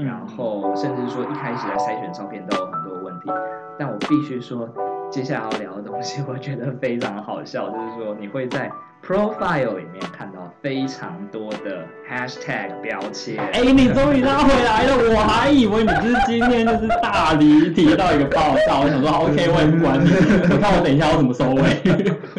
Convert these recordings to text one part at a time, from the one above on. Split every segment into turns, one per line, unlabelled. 嗯
甚至说一开始在筛选照片都有很多问题。但我必须说，接下来要聊的东西， 我觉得非常好笑，就是说你会在 profile 里面看到非常多的 hashtag 标签。
哎、你终于拉回来了，我还以为你就是今天就是大离题到一个爆炸，我想说好 OK，我也不管你，我看我等一下要怎么收尾。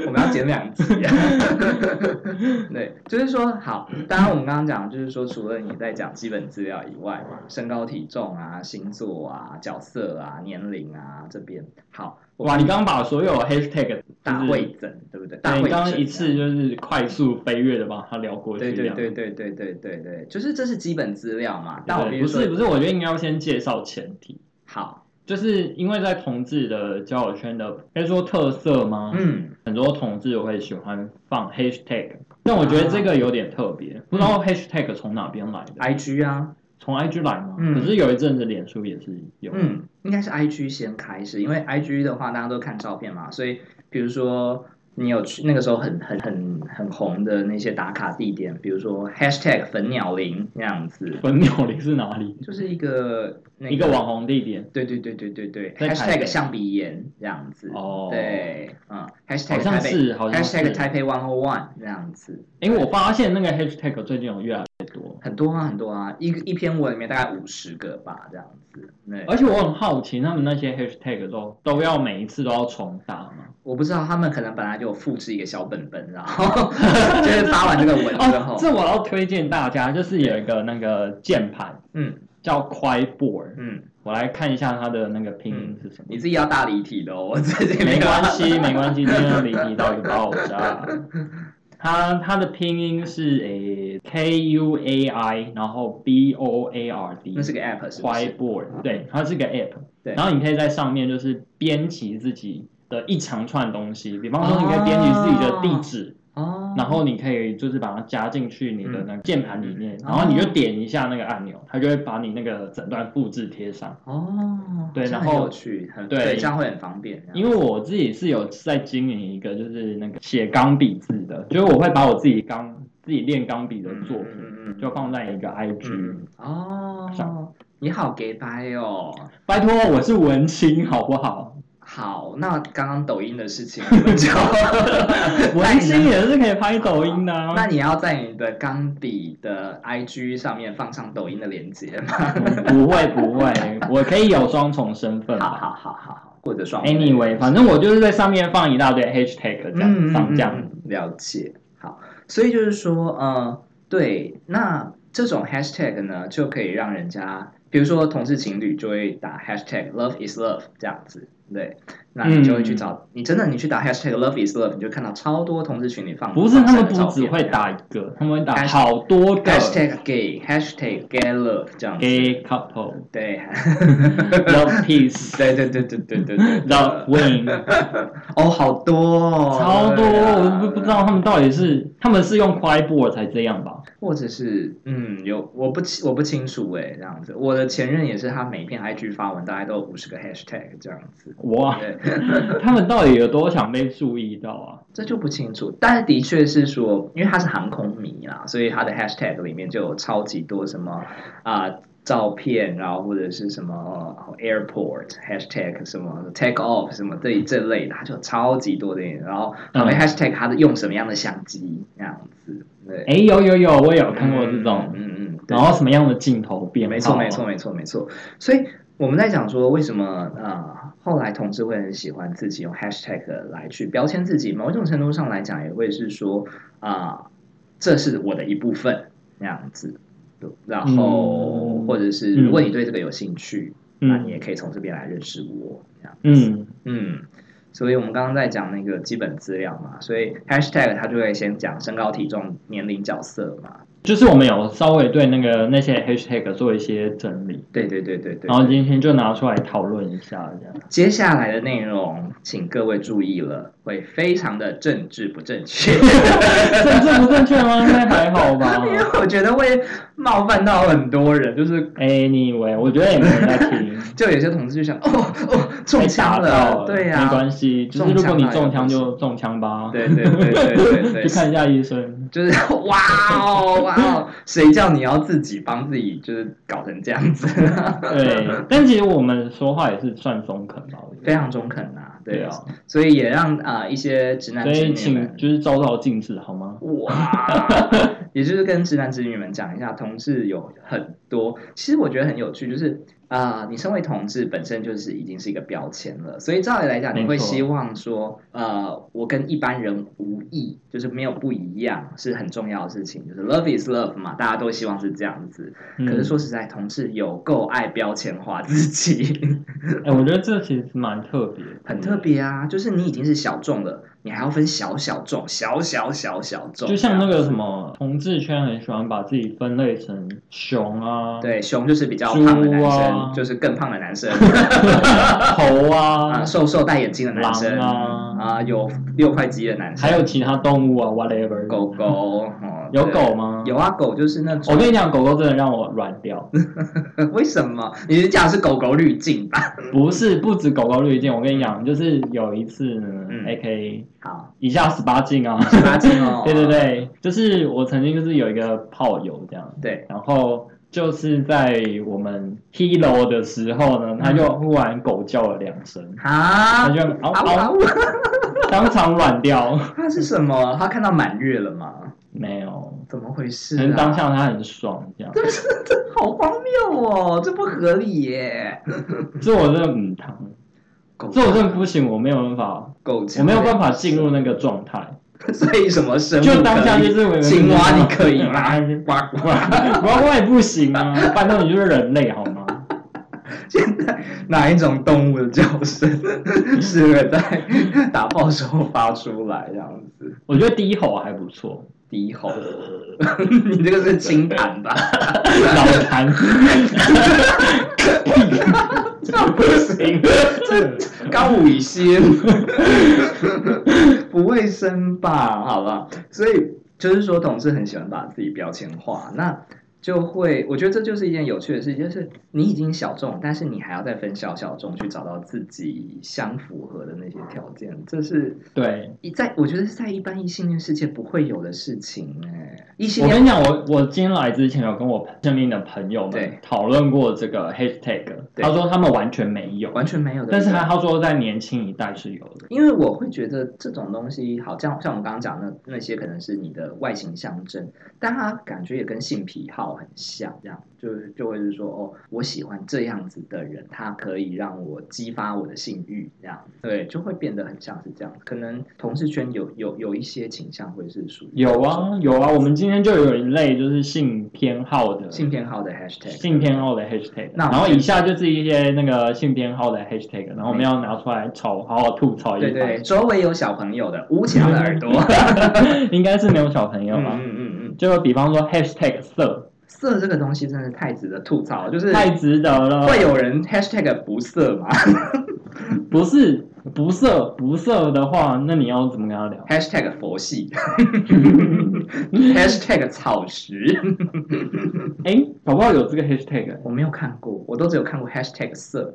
我们要剪两集、啊。 对，就是说，好，当然我们刚刚讲，就是说，除了你在讲基本资料以外，身高、体重啊、星座啊、角色啊、年龄啊这边，好，我
哇，你刚刚把所有 hashtag
大
会。
会诊对不对？大会
对，你刚刚
诊
一
这样
次就是快速飞跃的把它聊过去，
对
这
对
样
对对对对对对，就是这是基本资料嘛。但我
对
比
不
如
是
说，
不是，我觉得应该要先介绍前提，
好，
就是因为在同志的交友圈的，可以说特色吗？
嗯，
很多同志会喜欢放 hashtag，但我觉得
啊
这个有点特别，不
嗯
知道 hashtag 从哪边来的，
I G 啊，
从 IG 来吗？
嗯
可是有一阵子脸书也是有，
嗯，应该是 I G 先开始，因为 I G 的话大家都看照片嘛，所以比如说你有去那个时候很很很很红的那些打卡地点，比如说 Hashtag 粉鸟林那样子，
粉鸟林是哪里？
就是一个、那
一个网红地点，
对对对对对对
在台
，#hashtag
北
象鼻炎这样子，
哦
对，嗯，#hashtag
好像
台北
是好像
，#hashtag 台
是，
北 One O One 这样子，
因为我发现那个 hashtag 最近有越来越多，
很多啊很多啊，一一篇文里面大概五十个吧这样子，对，
而且我很好奇，他们那些 hashtag 都都要每一次都要重打吗？
我不知道他们可能本来就有复制一个小本本，然后 就是发完这个文之后，
哦，这我要推荐大家，就是有一个那个键盘
嗯
叫 Quiboard，
嗯，
我来看一下它的那个拼音是什么。
你自己要大离体的哦，我自己
没
有
关系，没关系，今天离题到一个爆炸。它它啊的拼音是诶 K U A I，然后 B O A R D，
那是个 app 是不是？
Whiteboard，对，它是个 app，
对
然后你可以在上面就是编辑自己的一长串东西，比方说你可以编辑自己的地址，
哦，
然后你可以就是把它加进去你的那个键盘里面，
嗯
然后你就点一下那个按钮，它就会把你那个诊断复制贴上。
哦，
对
这样
然后
很有趣，很
对
对，这样会很方便，
因为我自己是有在经营一个就是那个写钢笔字的，就是我会把我自己钢自己练钢笔的作品，
嗯
就放在一个 IG，、
嗯哦
上，
你好 gay 掰哦。
拜托我是文青好不好？
好，那刚刚抖音的事 情我们就
文青也是可以拍抖音的、啊。
那你要在你的钢笔的 IG 上面放上抖音的链接吗？
不会不会，我可以有双重身份
好
吧。
好好好好，或者双倍
Anyway，反正我就是在上面放一大堆 hashtag
嗯
这样上这样。
了解。好，嗯所以就是说，呃，对，那这种 hashtag 呢，就可以让人家，比如说同志情侣就会打 hashtag love is love 这样子，对，那你就会去
嗯
找，你真的你去打 hashtag love is love，你就看到超多同志情侣放
不是他
放
们
上
不
的照
只
片
会打一个，他们会打
Hashtag-
好多个
hashtag gay hashtag gay love 这样子，
gay couple
对，
love peace
对对对对对对 对
love win，
哦，好多哦，
超多，
对啊
我都不知道他们到底是他们是用 Quiboard 才这样吧？
或者是嗯，有我不清我不清楚哎、这样子。我的前任也是，他每篇 IG 发文大概都有五十个 hashtag 这样子，
哇，
对，
他们到底有多想被注意到啊？
这就不清楚。但是的确是说，因为他是航空迷啦，所以他的 hashtag 里面就有超级多什么啊、照片，然后或者是什么、呃 airport hashtag 什么 take off 什么这一这类的，他就有超级多的，然后还会
嗯
hashtag 他的用什么样的相机这样子，对。
哎，有有有，我有看过这种，
嗯，嗯嗯，对
然后什么样的镜头变化？啊
没错，没错，，没错，没错。所以我们在讲说，为什么呃后来同志会很喜欢自己用 hashtag 来去标签自己，某种程度上来讲，也会是说啊、这是我的一部分那样子。然后、
嗯
或者是
嗯
如果你对这个有兴趣，那你
嗯
也可以从这边来认识我这样。
嗯。
嗯，所以我们刚刚在讲那个基本资料嘛，所以 hashtag 它就会先讲身高、体重、年龄、角色嘛。
就是我们有稍微对那个那些 hashtag 做一些整理，
对对对对对。
然后今天就拿出来讨论一下，这样。
接下来的内容，请各位注意了，会非常的政治不正 确，
政治不正确吗？应该还好吧。
因为我觉得会冒犯到很多人，就是
哎，anyway，我觉得也没人在听，
就有些同事就想哦哦 中
被
枪
打到
对啊
没
呀、
关系，就是如果你中枪就中枪吧，
对对对对对对
去， 看一下医生。
就是哇哦哇哦，谁叫你要自己帮自己就是搞成这 样子，
对，但其实我们说话也是算中肯吧，我觉
非
得。
常中肯啊，
对
啊
啊，，
所以也让啊、呃一些直 男
所
直
以
女
请
们
就是照照镜子好吗？
哇，也就是跟直男直女们讲一下，同志有很多，其实我觉得很有趣，就是啊、呃你身为同志本身就是已经是一个标签了，所以照理来讲，
没
你
错
会希望说，呃，我跟一般人无异，就是没有不一样，是很重要的事情，就是 love is love 嘛，大家都希望是这样子。
嗯
可是，说实在，同志有够爱标签化自己。
哎，我觉得这其实蛮特别的，
很特别啊，就是你已经是小众了，你还要分小小众、小小小小众，
就像那
哦这样
个什么同志圈很喜欢把自己分类成熊啊、
对熊就是比较胖的男生，
猪啊
就是更胖的男生
猴
啊，
啊、
瘦瘦戴眼镜的男生
狼啊
有六块肌的男生，
还有其他动物啊，whatever。
狗狗哦，
有
对
狗吗？哦
有啊，狗就是那
我
种，
跟你讲，狗狗真的让我软 掉。
为什么？你是讲的是狗狗滤镜吧？
不是，不止狗狗滤镜，我跟你讲，就是有一次呢
嗯
，AK
好，
以下十八禁啊，，
十八禁哦
对对对，就是我曾经就是有一个炮友这样，
对，
然后就是在我们 hero 的时候呢，他就忽然狗叫了两声，
啊
他，就嗷
啊
嗷
啊，
当场软掉。
他是什么？他看到满月了吗？
没有，
怎么回事
可能
啊？
嗯当下他很爽这样，
好荒谬哦，这不合理耶！
这我真的很疼，
狗
这我真的不行，我没有办法，
狗，
我没有办法进入那个 状态。
法，所以什么生物
就当下
可以
就是我
青蛙你可以吗？ 呱呱！
我我也不行啊，拜托你就是人类好吗？
现在哪一种动物的叫声 适合在打炮的时候发出来？这样子，
我觉得低吼还不错，
低吼， 你这个是轻弹吧？
脑残，
这样不行，这 高五以 心，不卫生吧？好吧，所以就是说，同事很喜欢把自己标签化，那就会，我觉得这就是一件有趣的事情，就是你已经小众，但是你还要再分小小众去找到自己相符合的那些条件，这是
对。
一在我觉得是在一般异性恋世界不会有的事情哎、异性
我
恋
跟你讲，我我今天来之前有跟我身边的朋友
对
们讨论过这个 hashtag，
对
他说他们完全没有，
完全没有的，
但是他他说在年轻一代是有的。
因为我会觉得这种东西，好像像我们刚刚讲的那那些，可能是你的外形象征，但它感觉也跟性癖好很像，这样就是就会是说，哦，我喜欢这样子的人，他可以让我激发我的性欲，这样对，就会变得很像是这样。可能同事圈有有有一些倾向会是属于
有啊有啊，我们今天就有一类就是性偏好的
性偏好的 hashtag，
性偏好的 hashtag，
那我
然
们
后以下就是一些那个性偏好的 hashtag，然后我们要拿出来吵，好好吐槽一
对
番。
对，周围有小朋友的捂起他的耳朵，
应该是没 有小朋友
嗯
吧？
嗯嗯嗯，
就比方说 hashtag 色，
色这个东西真的太值得吐槽，就是
太值得了，
会有人 hashtag 不色嘛。
不是不色不色的话，那你要怎么跟 他聊？
#hashtag 佛 系 #hashtag 草食，
哎，搞不好有这个 hashtag，
我没有看过，我都只有看过 #hashtag 色，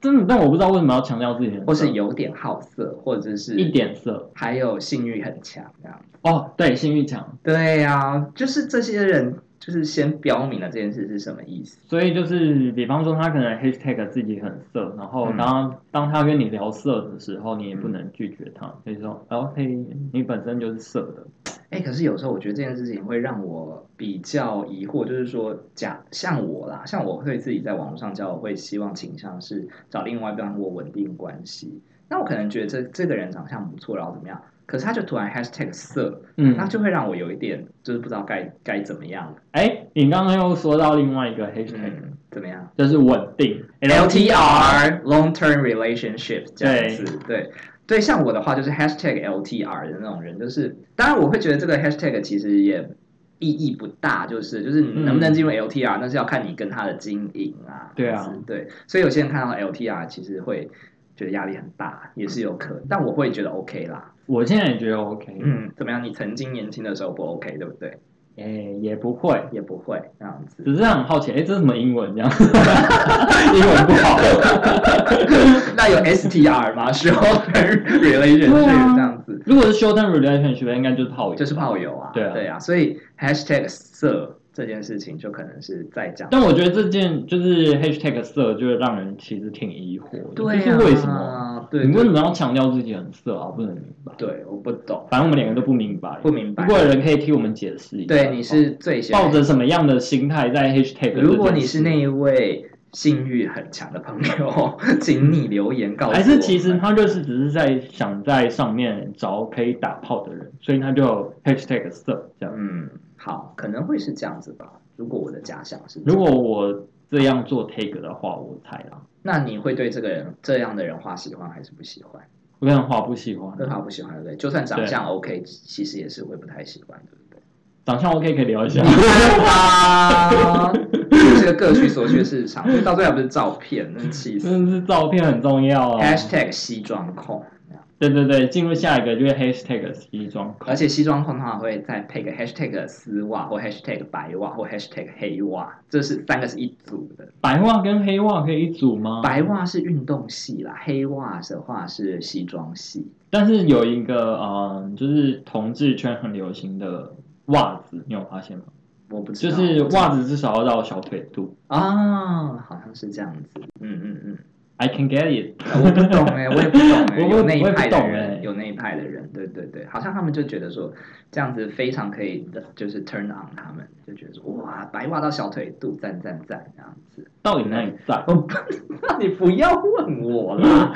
真的，但我不知道为什么要强调自己的色，
或是有点好色，或者是
一，点色。
还有性欲很强这样。
哦，对，性欲强，
对呀、就是这些人，就是先标明了这件事是什么意思。
所以就是比方说他可能 hashtag 自己很色，然后
嗯
当、当他跟你聊色的时候，你也不能拒绝
嗯
他，所以说，OK，你本身就是色的，
哎，可是有时候我觉得这件事情会让我比较疑惑，就是说，假像我啦，像我对自己在网络上交友，会希望倾向是找另外一半跟我稳定关系。那我可能觉得这这个人长相不错，然后怎么样？可是他就突然 hashtag 色，
嗯，
那就会让我有一点就是不知道该该怎么样，
哎，你刚刚又说到另外一个 hashtag，、
嗯，怎么样
就是稳定
？LTR long term relationship 这样
对
子，对对，像我的话就是 hashtag LTR 的那种人，就是当然我会觉得这个 hashtag 其实也意义不大，就是就是你能不能进入 LTR，、那是要看你跟他的经营啊，
对啊
就是对，所以有些人看到 LTR 其实会觉得压力很大，也是有可能，但我会觉得 OK 啦。
我现在也觉得 OK，
嗯，怎么样？你曾经年轻的时候不 OK，对不对？
哎、也不会，
也不会那样子。
只是很好奇，哎、这是什么英文？这样， 英文不好，
那有 STR 吗 s h o r t e r
啊
relationship 这样子，
如果是 short term relationship，应该就是炮友，
就是炮。友啊，
对啊
对啊，所以 hashtag 色这件事情就可能是在讲。
但我觉得这件就是 hashtag 色，就是让人其实挺疑惑的，
对
就是
啊，
为什么？？
对，
你为什
对
么要强调自己很色啊？我不能明白。
对，我不懂，
反正我们两个都不明白。
不明白
如。果有人可以替我们解释一下，哦
对，你是最先
抱着什么样的心态在 hashtag？这件事
如果你是那一位性欲很强的朋 友，请你留言告诉我们。
还是其实他就是只是在想在上面找可以打炮的人，所以他就 hashtag 色这样。
嗯，好，可能会是这样子吧。如果我的假想是这样，
如果我这样做 take 的话，我猜啦，
那你会对这个人这样的人话喜欢还是不喜欢？
我跟话不喜欢，
对他不喜欢，对不对？就算长相 OK，其实也是会不太喜欢，对不对？
长相 OK 可以 聊一下。
啊，这个各取所需的市场，所以到最后还不是照片，真气死。
真的是照片很重要啊！
#hashtag 西装控，
对对对，进入下一个就是 hashtag 西装控
而且西装控的话会再配个 #hashtag 丝袜或 #hashtag 白袜或 #hashtag 黑袜，这是三个是一组的。
白袜跟黑袜可以一组吗？
白袜是运动系啦，黑袜的话是西装系。
但是有一个嗯，就是同志圈很流行的袜子，你有发现吗？
我不知
就
道，
是袜子至少要到小腿肚。
啊，好像是这样子。嗯嗯嗯，
I can get it。
啊 我不懂哎、 我也不懂哎、
我
有那一
我也不
派
懂
的
欸
人，有那一派的人，对对对，好像他们就觉得说这样子非常可以的，就是 turn on 他们，就觉得说哇，白袜到小腿肚，赞赞赞这样子。
到底哪里在
我不，那 你不要问我啦。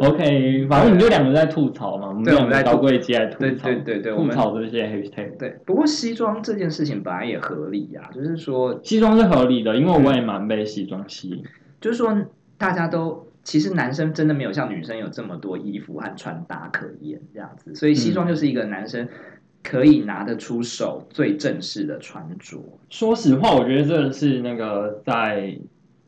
？OK，反正你就两个在吐槽嘛，我们
对
两
我们在
个
吐
高贵阶在吐
对
槽，
对对对，我
吐
们
槽这些 hashtag。
对，不过西装这件事情本来也合理呀、就是说
西装是合理的，因为
嗯
我也蛮被西装吸引。
就是说大家都其实男生真的没有像女生有这么多衣服和穿搭可言这样子，所以西装就是一个男生可以拿得出手最正式的穿着。
说实话，我觉得这是那个在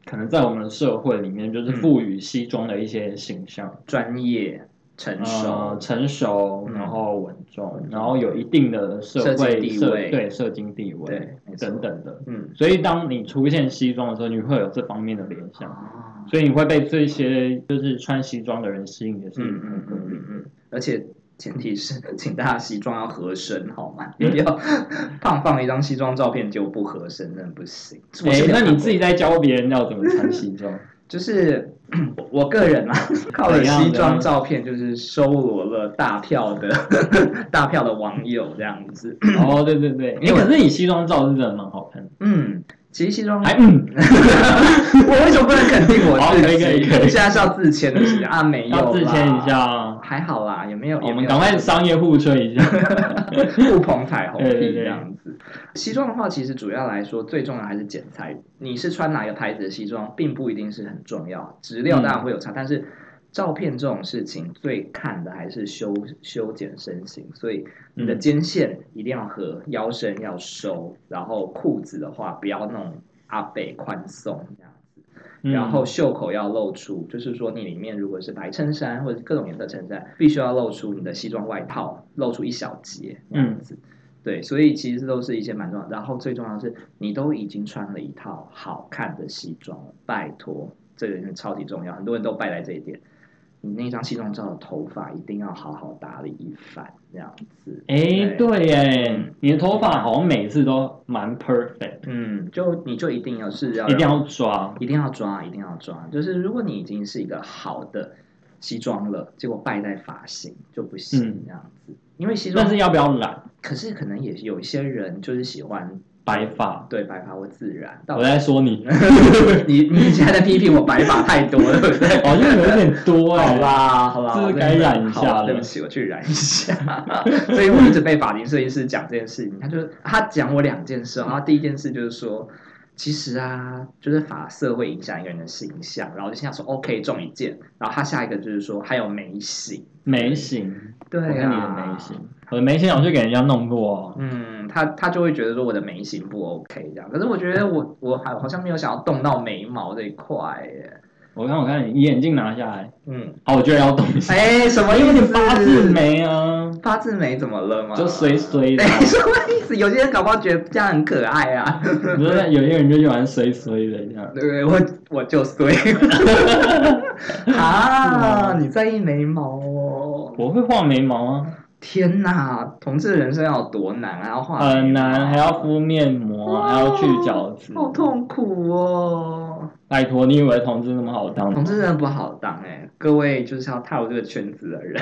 可能在我们的社会里面，
嗯
就是赋予西装的一些形象。
专业、成熟
呃、，成熟，
嗯
然后稳重，然后有一定的社
社
会
经地
社
位
对社经地位
对没错
等等的。
嗯，
所以，当你出现西装的时候，你会有这方面的联想，
哦，
所以你会被这些就是穿西装的人吸引，也是
嗯嗯
很合
嗯
理。
嗯嗯，而且。前提是，请大家西装要合身，好吗？
嗯
你不要胖放一张西装照片就不合身，真的不行。我
哎、
是没有
那你
看过
自己在教别人要怎么穿西装？
就是我我个人啊，靠着西装照片，就是收罗了大票的 大票的网友这样子。
哦，对对对，哎、
因为
可是你西装照是真的蛮好看的，
嗯，其实西装，
还嗯，
我为什么不能肯定我
好
自己？
可以可以可以
现在是要自谦的时间啊，没有啦
要自谦一，下，哦
还好啦，也没有，
我
也没
们
有
赶 快商业互吹一下。
不捧彩虹
对对
屁
对
这样子。西装的话，其实主要来说，最重要还是剪裁。你是穿哪个牌子的西装，并不一定是很重要，质
嗯
量当然会有差，但是照片这种事情最看的还是修修剪身形，所以你的
嗯
肩线一定要合，腰身要收，然后裤子的话不要弄阿背宽松这样子。
嗯
然后袖口要露出，就是说你里面如果是白衬衫或者各种颜色衬衫，必须要露出你的西装外套，露出一小截
嗯
这样子。对，所以其实都是一些蛮重要的。然后最重要的是，你都已经穿了一套好看的西装了，拜托，这个是超级重要，很多人都败在这一点。你那张西装照的头发一定要好好打理一番，这样子。
哎、
对
对耶
嗯，
你的头发好像每次都蛮 perfect，
嗯，就你就一定要是要
一定要抓。
一定要抓，一定要抓。就是如果你已经是一个好的西装了，结果败在发型就不
嗯
行这样子。因为西装
但，是要不要染
可是可能也有一些人就是喜欢
白发？
对白发或自然。到
我在说你，哦
你你现在在批评我白发太多了，对不对？
好像有点 多哎。
好，啦，好啦，
这是
我
该染一下
好
了
对不起，我去染一下。 所以我一直被发型设计师讲这件事情，他就他讲我两件事哦，他第一件事就是说。其实啊，就是发色会影响一个人的形象，然后我就心想说 OK 中一件，然后他下一个就是说还有眉形，
眉形，
对
我
啊，
看你的眉形，我的眉形我去给人家弄过。哦
嗯，他他就会觉得说我的眉形不 OK 这样，可是我觉得我我好好像没有想要动到眉毛这一块耶，
我看我看你眼镜拿下来，
嗯，
好，我觉得要动一下，
哎，什么
因为
意
你
思？
八字，眉啊，
八字眉怎么了嘛？
就衰衰的
哎，，什么意思？有些人搞不好觉得这样很可爱啊，
你说那有些人就喜欢衰衰的这样，
对不对？我我就衰 啊！你在意眉毛哦？
我会画眉毛啊，
天哪，同志人生要有多难啊？要画眉毛
很难，还要敷面膜，还要去角质，
好痛苦哦！
拜托，你以为同志那么好当
同
吗？
志真的不好当哎、各位就是要踏入这个圈子 的人，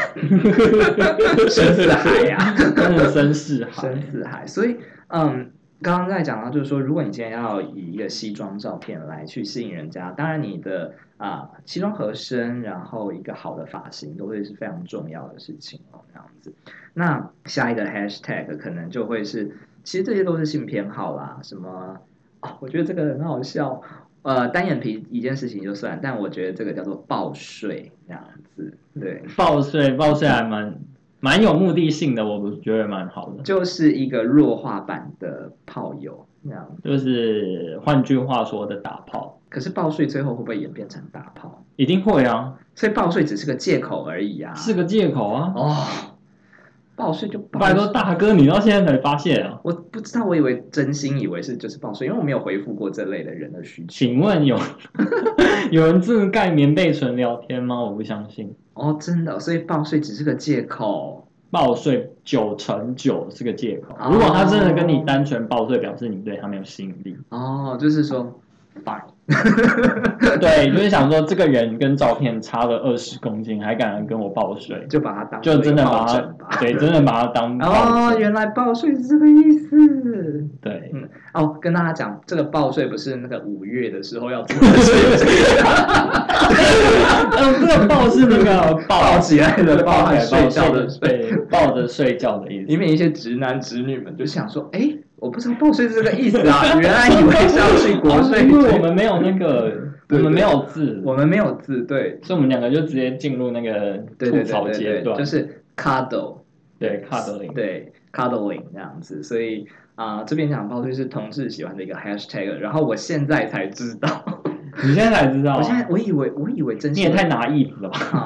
深
真
似海呀、
真的真是海，
深似海。所以，嗯，刚刚在讲到就是说，如果你今天要以一个西装照片来去吸引人家，当然你的啊、西装合身，然后一个好的发型都会是非常重要的事情哦，这样子。那下一个 hashtag 可能就会是，其实这些都是性偏好啦，什么啊、我觉得这个很好笑。呃，单眼皮一件事情就算，但我觉得这个叫做报税这样子，对，
报税报税还蛮蛮有目的性的，我不觉得蛮好的。
就是一个弱化版的炮友这样
就是换句话说的打炮，
可是报税最后会不会演变成打炮？
一定会啊，
所以报税只是个借口而已啊。
是个借口啊。
哦，报税就报
拜托
税。
大哥，你到现在才发现 啊？
我不知道，我以为真心以为是就是报税，因为我没有回复过这类的人的需求。
请问有 有人自盖棉被纯聊天吗？我不相信。
哦，真的，所以报税只是个借口。
报税九成九是个借口
哦。
如果他真的跟你单纯报税，表示你对他没有吸引 力。
哦，就是说，fine，
对，就是想说这个人跟照片差了二十公斤，还敢来跟我报税，
就把它当
就真的把
它
他对，真的把他当报
哦，
税。
原来报税是这个意思。
对，
哦，跟大家讲，这个报税不是那个五月的时候要做的 事情，
嗯，这个报是那个
抱
报
起来的抱，还睡觉的睡。
对，抱着睡觉的意
以
思。
免一些直男直女们就想说，哎、我不知道报税是这个意思 啊，原来以为是要去国税
因为我
局。
们没有那个，我们没有字，
我们没有字，对
所以我们两个就直接进入那个
对
吐
对
槽
对
阶
对对，
段
就，是 cuddle，
对，卡德林，
对 cuddling 这样子，所以啊、这边讲报税是同志喜欢的一个 hashtag，然后我现在才知道，
你现在才知道
我现在
啊，
我以为我以为真
你
心
也太拿意思了吧？哎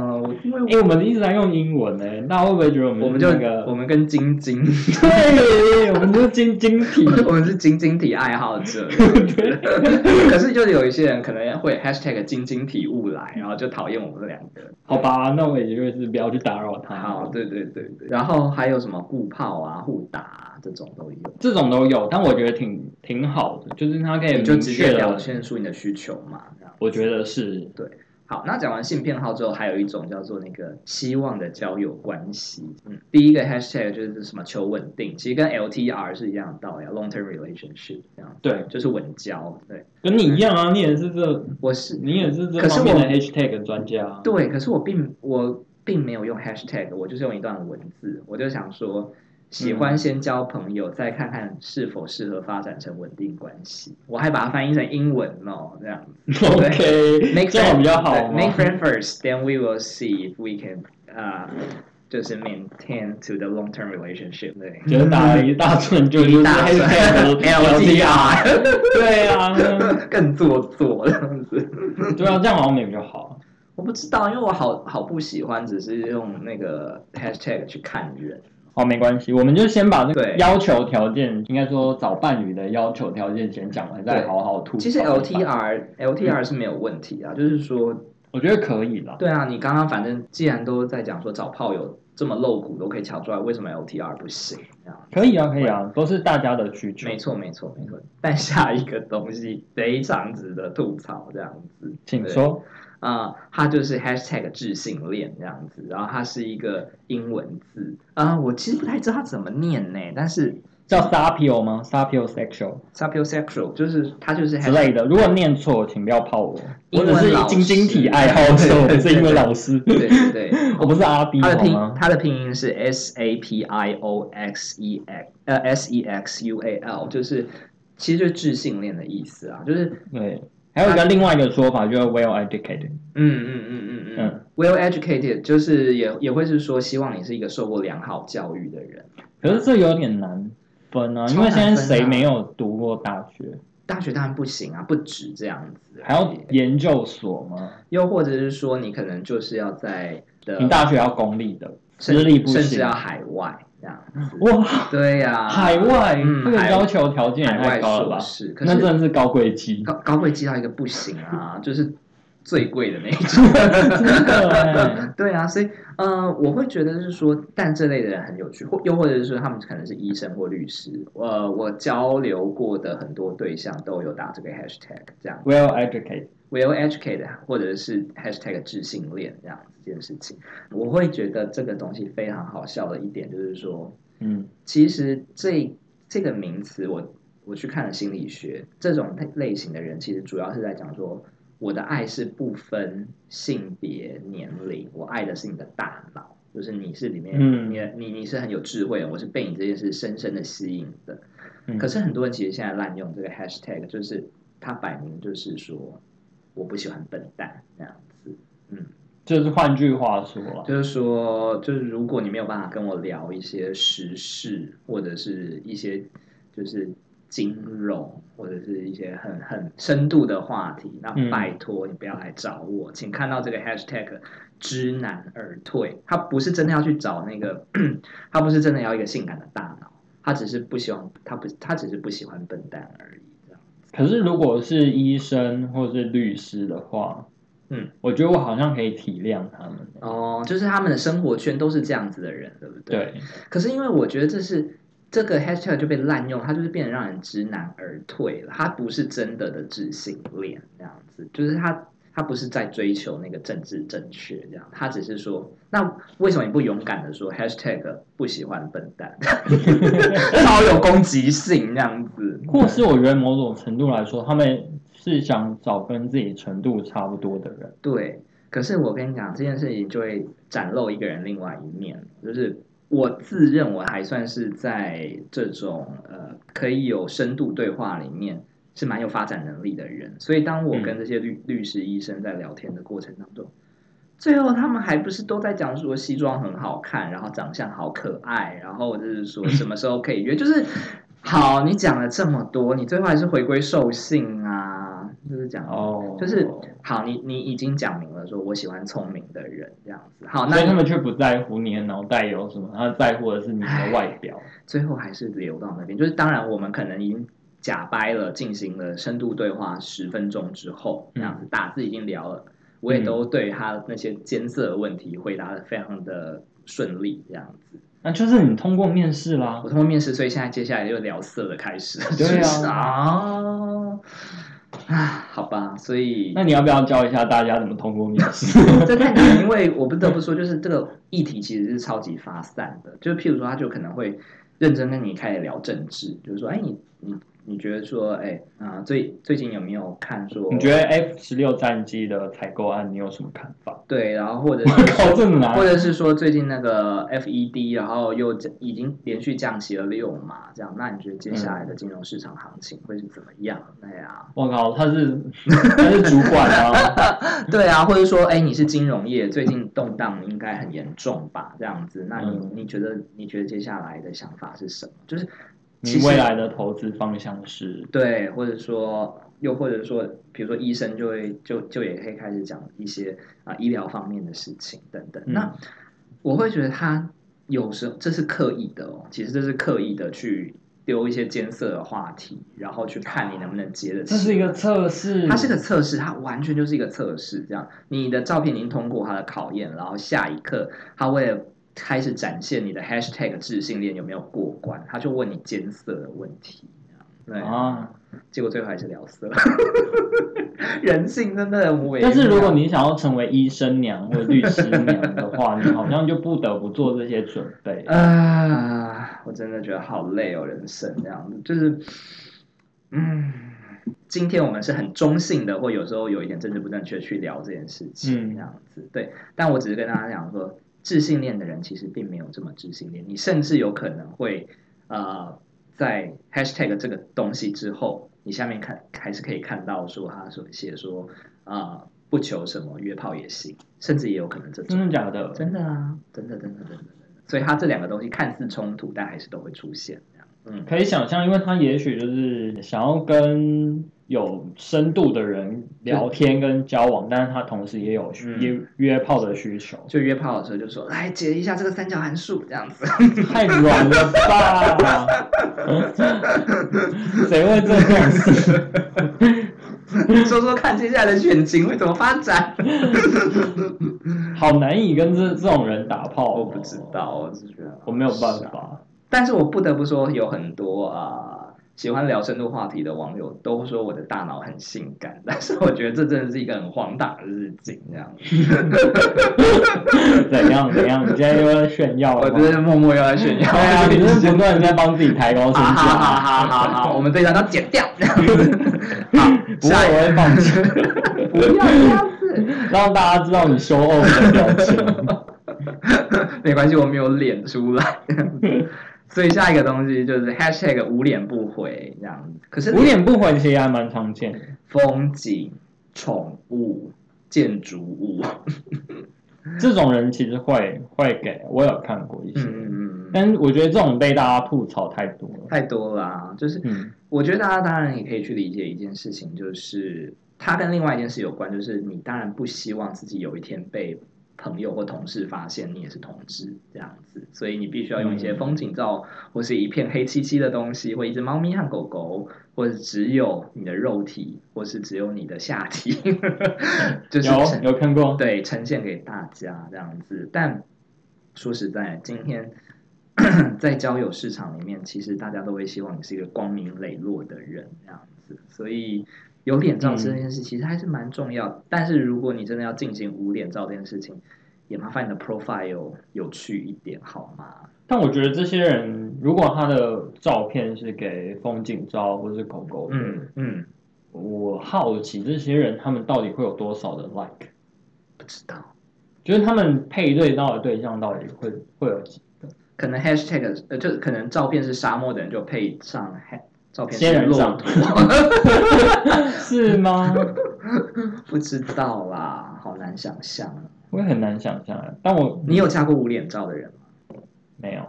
哦，我因为
因为我们一直在用英文呢，大家会不会觉得我
我
们
们
是
就
那个
我？们跟晶晶，
对，我们就是晶晶体，
我们是晶晶体爱好者。
对，
可是就是有一些人可能会 hashtag 晶晶体悟来，然后就讨厌我们两个。
好吧，那我也就是不要去打扰他。
好，对对对对。然后还有什么互泡啊、互打、啊、这种都有，
这种都有，但我觉得挺挺好的，就是他可以
你就
明
直接
确
表
的，
现出你的需求嘛。这样
我觉得是
好，那讲完性偏好之后，还有一种叫做那个希望的交友关系。嗯，第一个 hashtag 就是什么求稳定，其实跟 LTR 是一样的道理啊，long term relationship 这样
对，
就是稳交。对，
跟你一样啊，你也是这，
我是
你也是这
可是
方
我
面的 hashtag 专家啊。
对，可是我并我并没有用 hashtag，我就是用一段文字，我就想说，喜
嗯
欢先交朋友，再看看是否适合发展成稳定关系。我还把它翻译成英文哦，这样子。
OK，
Make
这样
friend
比较好
对
吗
Make friend first, then we will see if we can 啊、就是 maintain to the long term relationship 对。嗯
觉得打了一大串就
一
是
大串
hashtag
LDR
对啊，
更做作这样子。
对啊，这样好像也比较好。
我不知道，因为我好好不喜欢，只是用那个 hashtag 去看人。
好，没关系，我们就先把那个
对
要求条件，应该说找伴侣的要求条件先讲完，再
对
好嗯好吐槽。嗯
其实 LTR LTR 是没有问题啊，就是说，
我觉得可以啦。
对啊，你刚刚反正既然都在讲说找炮友这么露骨都可以瞧出来，为什么 LTR 不行？这样
可以啊，可以啊，都是大家的需求
没，错，没错，没错。但下一个东西非常值得吐槽，这样子，
请说。
啊、呃它就是 hashtag 智性恋这样子，然后它是一个英文字啊、呃我其实不太知道它怎么念呢，但是
叫 sapio 吗？sapio sexual
sapiosexual 就是它就是
之
hashtag
类的，如果念错，请不要泡我。我
英
只
文
是
老师
晶晶体爱好者，我不是英文老师，
对对对。
我不是阿 B
它的
好
拼
吗？
它的拼音是 S A P I O X E X 呃 S E X U A L，就是其实就是智性恋的意思啊，就是
对，还有一个另外一个说法就是 well educated，
嗯嗯嗯嗯嗯
嗯
，well educated，就是也也会是说希望你是一个受过良好教育的人。
可是这有点难分啊，因
超
为
难
现在
分啊
谁没有读过大学？
大学当然不行啊，不止这样子而已，
还要研究所吗？
又或者是说你可能就是要在的
你大学要公立的，
甚
私立不
甚至
行
要海外这样子。
哇，
对呀、
海外
嗯
这个
海
要求条件也
海
太
外
高了
硕
吧？
士，可
那真
是
的是高贵机，
高高贵低到一个不行啊，就是最贵的那一
真
种。
的哎
对啊，所以呃，我会觉得是说，但这类的人很有趣，或又或者是说他们可能是医生或律师。呃，我交流过的很多对象都有打这个 hashtag 这样
，well educated，
，will educate 啊或者是 hashtag 智性恋这样这件事情，我会觉得这个东西非常好笑的一点就是说，
嗯，
其实这这个名词我，我去看了心理学，这种类型的人其实主要是在讲说，我的爱是不分性别、年龄，我爱的是你的大脑，就是你是里面，
嗯
你的你你是很有智慧的，我是被你这件事深深的吸引的。
嗯
可是很多人其实现在滥用这个 hashtag，就是他摆明就是说，我不喜欢笨蛋那样子。嗯，
就是换句话说了，
就是说，就是如果你没有办法跟我聊一些时事，或者是一些就是金融，或者是一些很很深度的话题，那
嗯
拜托你不要来找我，请看到这个 hashtag 知难而退。他不是真的要去找那个， 他不是真的要一个性感的大脑，他只是不喜欢，他不，他只是不喜欢笨蛋而已。这样，
可是如果是医生或是律师的话，
嗯，
我觉得我好像可以体谅他们。
哦，就是他们的生活圈都是这样子的人，对不对？
对，
可是因为我觉得这是这个 hashtag 就被滥用，它就是变得让人知难而退了。它不是真的的自信恋这样子，就是它它不是在追求那个政治正确这样，它只是说，那为什么你不勇敢的说 hashtag 不喜欢笨蛋， 超有攻击性这样子，
或是我觉得某种程度来说，他们是想找跟自己程度差不多的人。
对，可是我跟你讲，这件事情就会展露一个人另外一面，就是我自认我还算是在这种呃可以有深度对话里面是蛮有发展能力的人，所以当我跟这些律、律师、医生在聊天的过程当中。最后，他们还不是都在讲说西装很好看，然后长相好可爱，然后就是说什么时候可以约， 就是好，你讲了这么多，你最后还是回归兽性啊，就是讲
哦，
就是好，你你已经讲明了，说我喜欢聪明的人这样子。好，
所以他
那
们却不在乎你的脑袋有什么，他在乎的是你的外表。
最后还是留到那边，就是当然我们可能已经假掰了，进行了深度对话十分钟之后，这
嗯
样子打字已经聊了，我也都对他那些艰涩的问题回答的非常的顺利，这样子。
那就是你通过面试啦
我。通过面试，所以现在接下来又聊色的开始，
对 啊
是啊。啊，好吧，所以
那你要不要教一下大家怎么通过面试？
这太难了，因为我不得不说，就是这个议题其实是超级发散的。就是譬如说，他就可能会认真跟你开始聊政治，就是说，哎，你你你觉得说，哎啊、最最近有没有看说？
你觉得 F 十六战机的采购案你有什么看法？
对，然后或者
我
是
靠，这么难
或。者是说最近那个 FED，然后又已经连续降息了六嘛，这样，那你觉得接下来的金融市场行情会是怎么样？哎呀、
我靠，他 是他是主管啊，
对啊，或者说，哎，你是金融业，最近动荡应该很严重吧？这样子，那你、
嗯
你觉得你觉得接下来的想法是什么？就是
你
其实
未来的投资方向是
对，或者说，又或者说，比如说医生就会就就也可以开始讲一些啊、医疗方面的事情等等。
嗯
那我会觉得他有时候这是刻意的哦，其实这是刻意的去丢一些艰涩的话题，然后去看你能不能接得起。
这是一个测试，
它是个测试，它完全就是一个测试。这样，你的照片已经通过它的考验，然后下一刻，它为了开始展现你的 hashtag 自信恋有没有过关，他就问你艰涩的问题。这样对，
啊。
结果最后还是聊色， 人性真的很微妙。
但是如果你想要成为医 生娘或律师娘的话，你好像就不得不做这些准备。
呃啊，我真的觉得好累哦，人生这样子，就是，嗯，今天我们是很中性的，或有时候有一点政治不正确去聊这件事情，
嗯
这样子，对。但我只是跟大家讲说，自信恋的人其实并没有这么自信恋，你甚至有可能会，呃，在 hashtag 这个东西之后，你下面看还是可以看到说他所写说，啊、不求什么约炮也行，甚至也有可能这种
真。的假
哦
的？
真的啊，真的真的真的真的。所以它这两个东西看似冲突，但还是都会出现这样子。嗯
可以想象，因为他也许就是想要跟有深度的人聊天跟交往，但是他同时也有
嗯，
约约炮的需求
就约炮的时候就说来解一下这个三角函数这样子，
太软了吧？谁会这样子？
说说看接下来的选情会怎么发展。
好难以跟这这种人打炮，哦
我不知，道，哦我是觉得
我没有办法。
但是我不得不说，有很多啊、呃喜欢聊深度话题的网友都说我的大脑很性感， 但是我觉得这真的是一个很荒唐的事情，这样。
怎样怎样？你现在又要炫耀
我
了吗？
真的默默要来炫
对
耀。
啊， 你是不断地在帮自己抬高身
好好好
价。
好好好， 我们这一段都剪掉。这样子好，
不过
下一
我会放弃，
个不要这样子，
让大家知道你羞傲的表情。
没关系，我没有脸出来。这样子 所以下一个东西就是 hashtag 无脸不回这样子。可是
无脸不回其实还蛮常见的。
风景、宠物、建筑物，
这种人其实会会给我有看过一
嗯
些，
嗯嗯嗯，
但我觉得这种被大家吐槽太多了。
太多了啊、就是
嗯，
我觉得大家当然也可以去理解一件事情，就是它跟另外一件事有关，就是你当然不希望自己有一天被朋友或同事发现你也是同志这样子，所以你必须要用一些
嗯
风景照，或是一片黑漆漆的东西，或一只猫咪和狗狗，或者只有你的肉体，或是只有你的下体， 就是呈
有有看过，
对，呈现给大家这样子。但说实在，今天 在交友市场里面，其实大家都会希望你是一个光明磊落的人这样子，所以。有脸照这件
嗯
事其实还是蛮重要的，但是如果你真的要进行无脸照这件事情，也麻烦你的 profile 有趣一点好吗？
但我觉得这些人如果他的照片是给风景照或是狗狗的，
嗯嗯，
我好奇这些人他们到底会有多少的 like，
不知道，
就是他们配对到的对象到底会会有几个？
可能 hashtag 呃，就可能照片是沙漠的人就配上 ha- 照片
仙
是
人
骆
掌
驼，
是吗？
不知道啦，好难想象啊。
我也很难想象，但我
你有加过无脸照的人吗？
没有。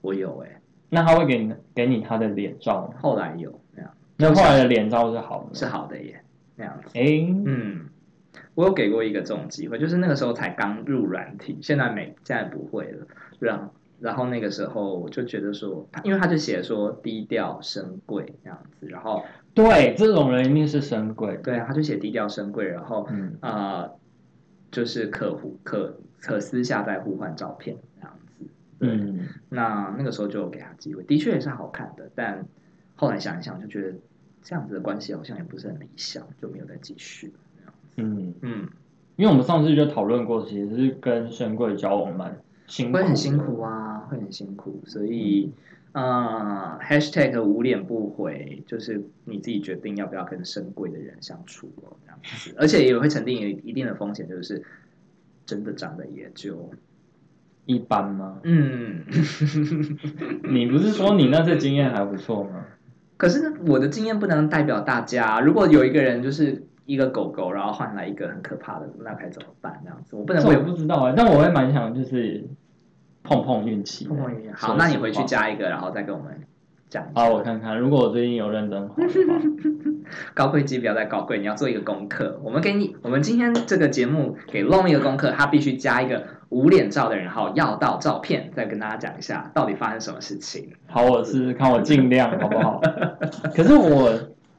我有哎、
那他会给你给你他的脸照吗？
后来有那样
那后来的脸照是好的吗，
是啊好的耶，那样子。
哎、
嗯，我有给过一个这种机会，就是那个时候才刚入软体，现在没现在不会了。然然后那个时候我就觉得说，他因为他就写说低调深贵那样子，然后
对，这种人一定是神鬼。
对啊，他就写低调深贵，然后
嗯，
呃，就是可互可可私下再互换照片那样子。对
嗯，
那那个时候就有给他机会，的确也是好看的，但后来想一想就觉得这样子的关系好像也不是很理想，就没有再继续。
嗯，
嗯，
因为我们上次就讨论过，其实是跟神贵交往蛮辛苦，
会很辛。苦啊，会很辛苦，所以。呃，#hashtag 无脸不回，就是你自己决定要不要跟深贵的人相处哦，这样子，而且也会承定一定的风险，就是真的长得也就
一般吗？
嗯，
你不是说你那次经验还不错吗？
可是我的经验不能代表大家。如果有一个人就是一个狗狗，然后换来一个很可怕的，那该怎么办？这样子，我不能
这我
为
也不知道啊、但我会蛮想就是碰碰运气的。
碰碰运气。
说
好，
实
那你回去
话。
加一个，然后再跟我们讲一下。
好，我看看，如果我最近有 认真滑的话，
高贵鸡不要再高贵，你要做一个功课。我们给你，我们今天这个节目给 Long 一个功课，他必须加一个无脸照的人，好要到照片，再跟大家讲一下到底发生什么事情。
好，我试试看，我尽量，好不好？可是我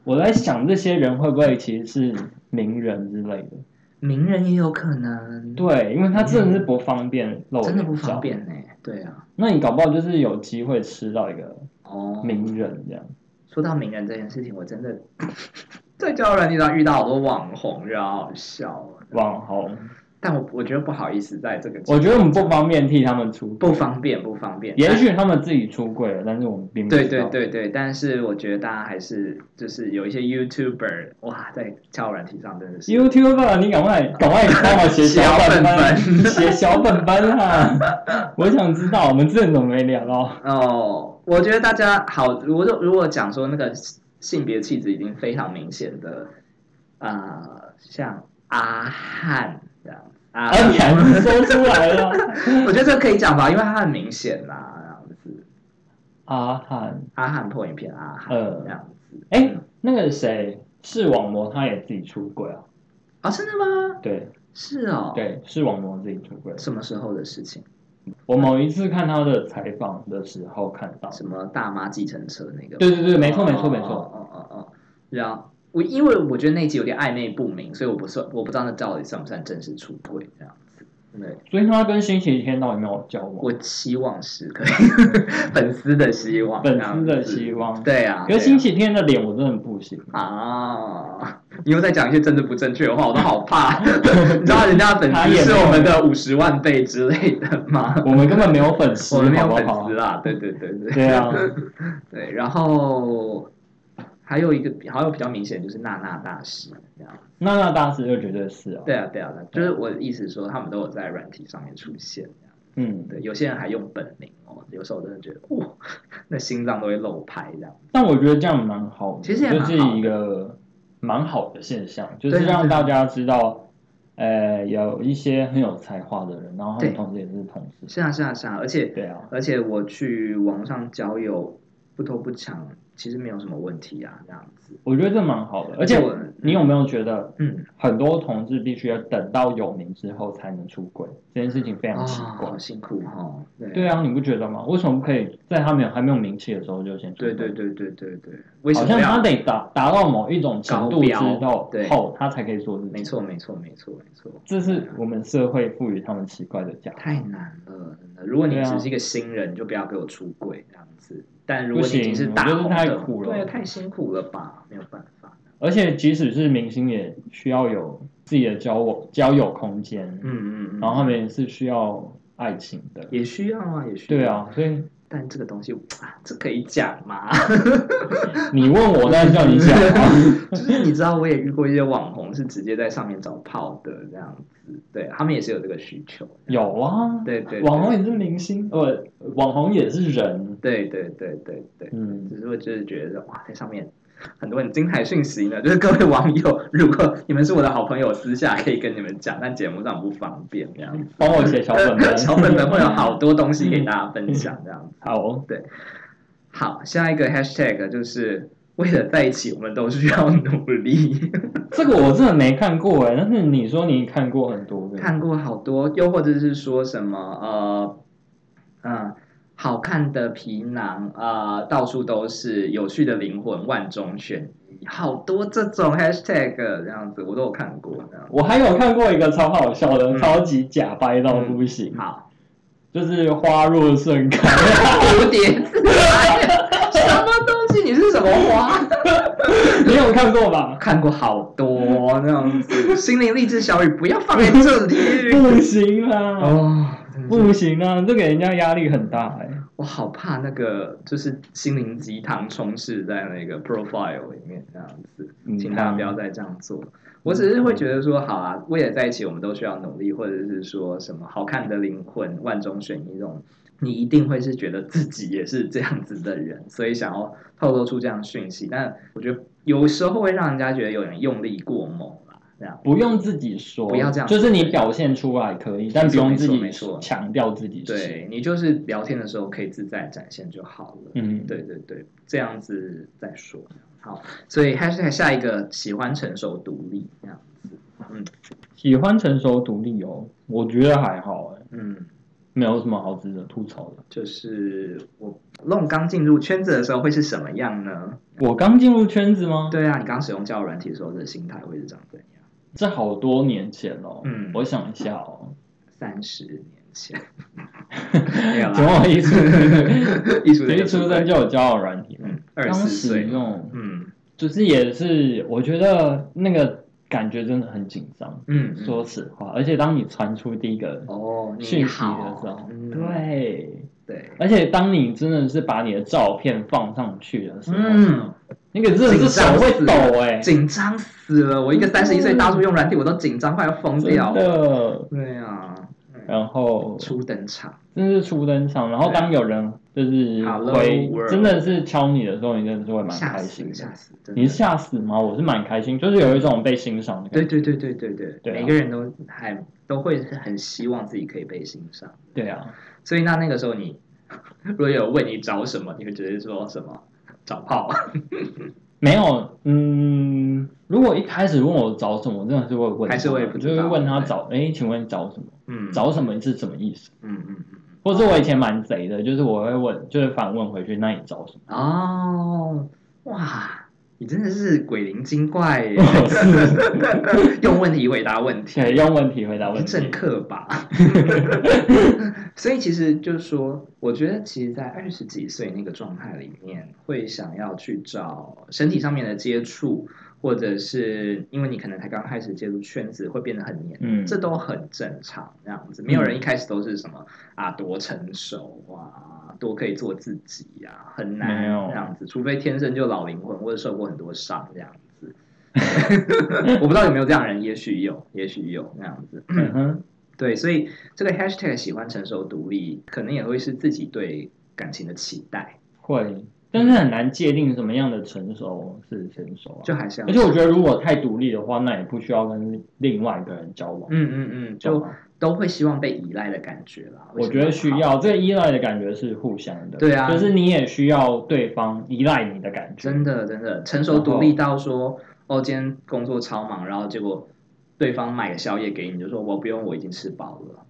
我在想，这些人会不会其实是名人之类的？
名人也有可能，
对，因为他真的是不方便露
真的
脸
不
照
方便呢、对啊，
那你搞不好就是有机会吃到一个
哦，
名人这样。
说到名人这件事情，我真的 在交友软件上遇到好多网红，觉得好好笑哦。
网红，
但我我觉得不好意思，在这个
我觉得我们不方便替他们出柜，
不方便，不方便。
也许他们自己出柜了，但是我哦们并
但
不知
对
道。
对，对对，但是我觉得大家还是就是有一些 YouTuber 哇，在交友软体上真的是
YouTuber，你赶快赶快帮我写
写
小
小
本
本
本，
本
写小本本啊！我想知道我们之前怎么没聊啊到？
哦，我觉得大家好，如果如果讲说那个性别气质已经非常明显的，呃，像阿汉这样，阿
啊，你还是说出来了
我觉得这个可以讲吧，因为他很明显啦，这样子。
阿汉，
阿汉破影片啊阿汉、
呃
这样子。
哎、
嗯
那个谁，视网膜他也自己出轨啊？
啊，真的吗？
对
是哦，，
对，视网膜自己出轨。
什么时候的事情？
我某一次看他的采访的时候看到，
什么大妈计程车那个？
对对对，没错
哦
没错
哦
没
哦
错，
哦哦哦，然后我因为我觉得那集有点暧昧不明，所以我不算我不知道那到底算不算正式出轨这样子。对，
所以他跟星期天到底没有交往？
我希望是可以， 粉丝的希望，
粉丝
这
的
样子
希望
对啊，
可
对啊
是星期天的脸我真的不行，
啊，你又在讲一些政治不正确的话，我都好 怕。你知道人家的粉
他
丝
也
是
没有
我们的五十万倍之类的吗？
我们根本没有粉丝，
我们没有
好
粉
不好
丝啦，对对对对
对啊，
对。然后还有一个比，还有比较明显就是娜娜大师这样。
娜娜大师就绝对是啊，
对啊对啊，对啊就是我的意思是说，他们都有在软体上面出现这样。
嗯，
对，有些人还用本名哦，有时候我真的觉得，哇，那心脏都会漏拍这样。
但我觉得这样蛮好的，
其实也蛮
就
好的
是一个蛮好的现象，就
对
是
啊对啊
让大家知道，呃，有一些很有才华的人，然后他
对
们同时也是同事，
是啊是啊是啊，而且
对啊，
而且我去网上交友，不偷不抢，其实没有什么问题啊，这样子。
我觉得这蛮好的，而且
我，
你有没有觉得
嗯，
很多同志必须要等到有名之后才能出轨，这件事情非
啊、
常奇怪
好。辛苦哈、哦，对
对啊，你不觉得吗？为什么不可以在他没有还没有名气的时候就先出轨？
对对对对对对，为什
好
么
像他
要？
得达达到某一种程度之
高
后
标对，
后他才可以做自己。
没，错没错没错没错，
这是我们社会赋予他们奇怪的假。
太难了，真的。如果你
对啊
只是一个新人，就不要给我出轨这样子。但如
不
果你已
行
经是
我
大
觉得
红的，
太苦了
对，太辛苦了吧，没有办法。
而且即使是明星，也需要有自己的交往交友空间，
嗯嗯嗯，
然后他们也是需要爱情的。
也需要啊，也需要。
对，啊，所以
但这个东西啊，这可以讲吗？
你问我，当然叫你讲啊。
就是你知道，我也遇过一些网红是直接在上面找炮的这样子，对他们也是有这个需求。
有啊，
对对对
网红也是明星，呃，网红也是人，
对对对对对，
嗯，
只是我就是觉得哇，在上面很多很精彩讯息呢。就是 各位网友，如果你们是我的好朋友，私下可以跟你们讲，但节目上不方便这样子。
帮我写小本 本，
小本本会有好多东西给大家分享这样子。
好，
好，下一个 hashtag 就是为了在一起，我们都需要努力。
这个我真的没看过哎，但是你说你看过很多个，
看过好多，又或者是说什么呃，嗯、好看的皮囊呃，到处都是有趣的灵魂，万中选一，好多这种 hashtag 这样子，我都有看过。这样
我还有看过一个超好笑的，
嗯
超级假掰到不行，
好，
就是花若盛开，
蝴蝶自来，什么东西？你是什么花？
你有看过吧？
看过好多那样 子，心灵励志小语不要放在这 里
不行啦，
哦。真的是
不行啊，这给人家压力很大哎。
我好怕那个就是心灵鸡汤充斥在那个 profile 里面这样子，
嗯
请大家不要再这样做。我只是会觉得说，好啊，为了在一起，我们都需要努力，或者是说什么好看的灵魂、万中选一这种，你一定会是觉得自己也是这样子的人，所以想要透露出这样的讯息。但我觉得有时候会让人家觉得有点用力过猛啦，这样。
不用自己说，
不要这样
就是你表现出来可以，但不用自
没
己
错没错
强调自己是。
对你就是聊天的时候可以自在展现就好了。
嗯，
对对对，这样子再说。好，所以 hashtag 下一个喜欢成熟独立这样。
喜欢成熟独立哦，我觉得还好哎，
嗯，
没有什么好值得吐槽的。
就是我弄刚进入圈子的时候会是什么样呢？
我刚进入圈子吗？，
对啊，你刚使用交友软体的时候的心态会是长怎样？
这好多年前哦。
嗯
我想一下哦，
三十年 前，没有
请
啦，
问我一出
艺术
其
类
实
的
出
出
生
柜
就有交友软体嘛，
嗯，二
当
十
时哦
岁，
用
嗯
就是也是，我觉得那个感觉真的很紧张。
嗯，
说实话，而且当你传出第一个
哦，你
讯息的时
好
候，
嗯
对。
对，
而且当你真的是把你的照片放上去的时候，
嗯，
那个真的是手会抖哎、
紧张死了，我一个三十一岁大叔用软体，我都紧张快要疯
真
掉了。
的。
对啊，
然后
初登场，
真是初登场，然后当有人就是回
Hello world，
真的是敲你的时候，你真的是会蛮
吓
开
死
心的
吓。死，真的
你是吓死吗？我是蛮开心，就是有一种被欣赏的感
对
觉。
对对对对对，
对啊
每个人都还都会很希望自己可以被欣赏，
对啊，
所以那那个时候你 如果有问你找什么，你会直接说什么？找 炮？
没有，嗯，如果一开始问我找什么，我真的是会问他，
还是我也不
就
知道
是问他找，哎，请问找什么？
嗯，
找什么是什么意思？
嗯，嗯嗯
或是我以前蛮贼的，就是我会问，就是反问回去，那你找什么？
嗯，哦，哇，你真的是鬼灵精怪
哦
耶， 用问题回答问题，
且用问题回答问
政
题。
客吧。 所以其实就是说，我觉得其实，在二十几岁那个状态里面，会想要去找身体上面的接触，或者是因为你可能才刚开始接触圈子，会变得很黏。
嗯，
这都很正常，这样子，没有人一开始都是什么啊多成熟啊，多可以做自己啊，很难
没有
这样子，除非天生就老灵魂或者受过很多伤这样 子。我不知道有没有这样的人，也许有，也许有那样子。
嗯哼，
对，所以这个 hashtag 喜欢成熟独立，可能也会是自己对感情的期待，
会，但是很难界定什么样的成熟是成熟啊。
就还是要。
而且我觉得，如果太独立的话，那也不需要跟另外一个人交往。
嗯嗯嗯，
懂
就
吗
都会希望被依赖的感觉啦。
哦我觉得需
好，
要这个依赖的感觉是互相的，
对啊
就是你也需要对方依赖你的感觉。
真的真的成熟独立到说，哦，今天工作超忙，然后结果对方买个宵夜给你，你就说我不用，我已经吃饱了。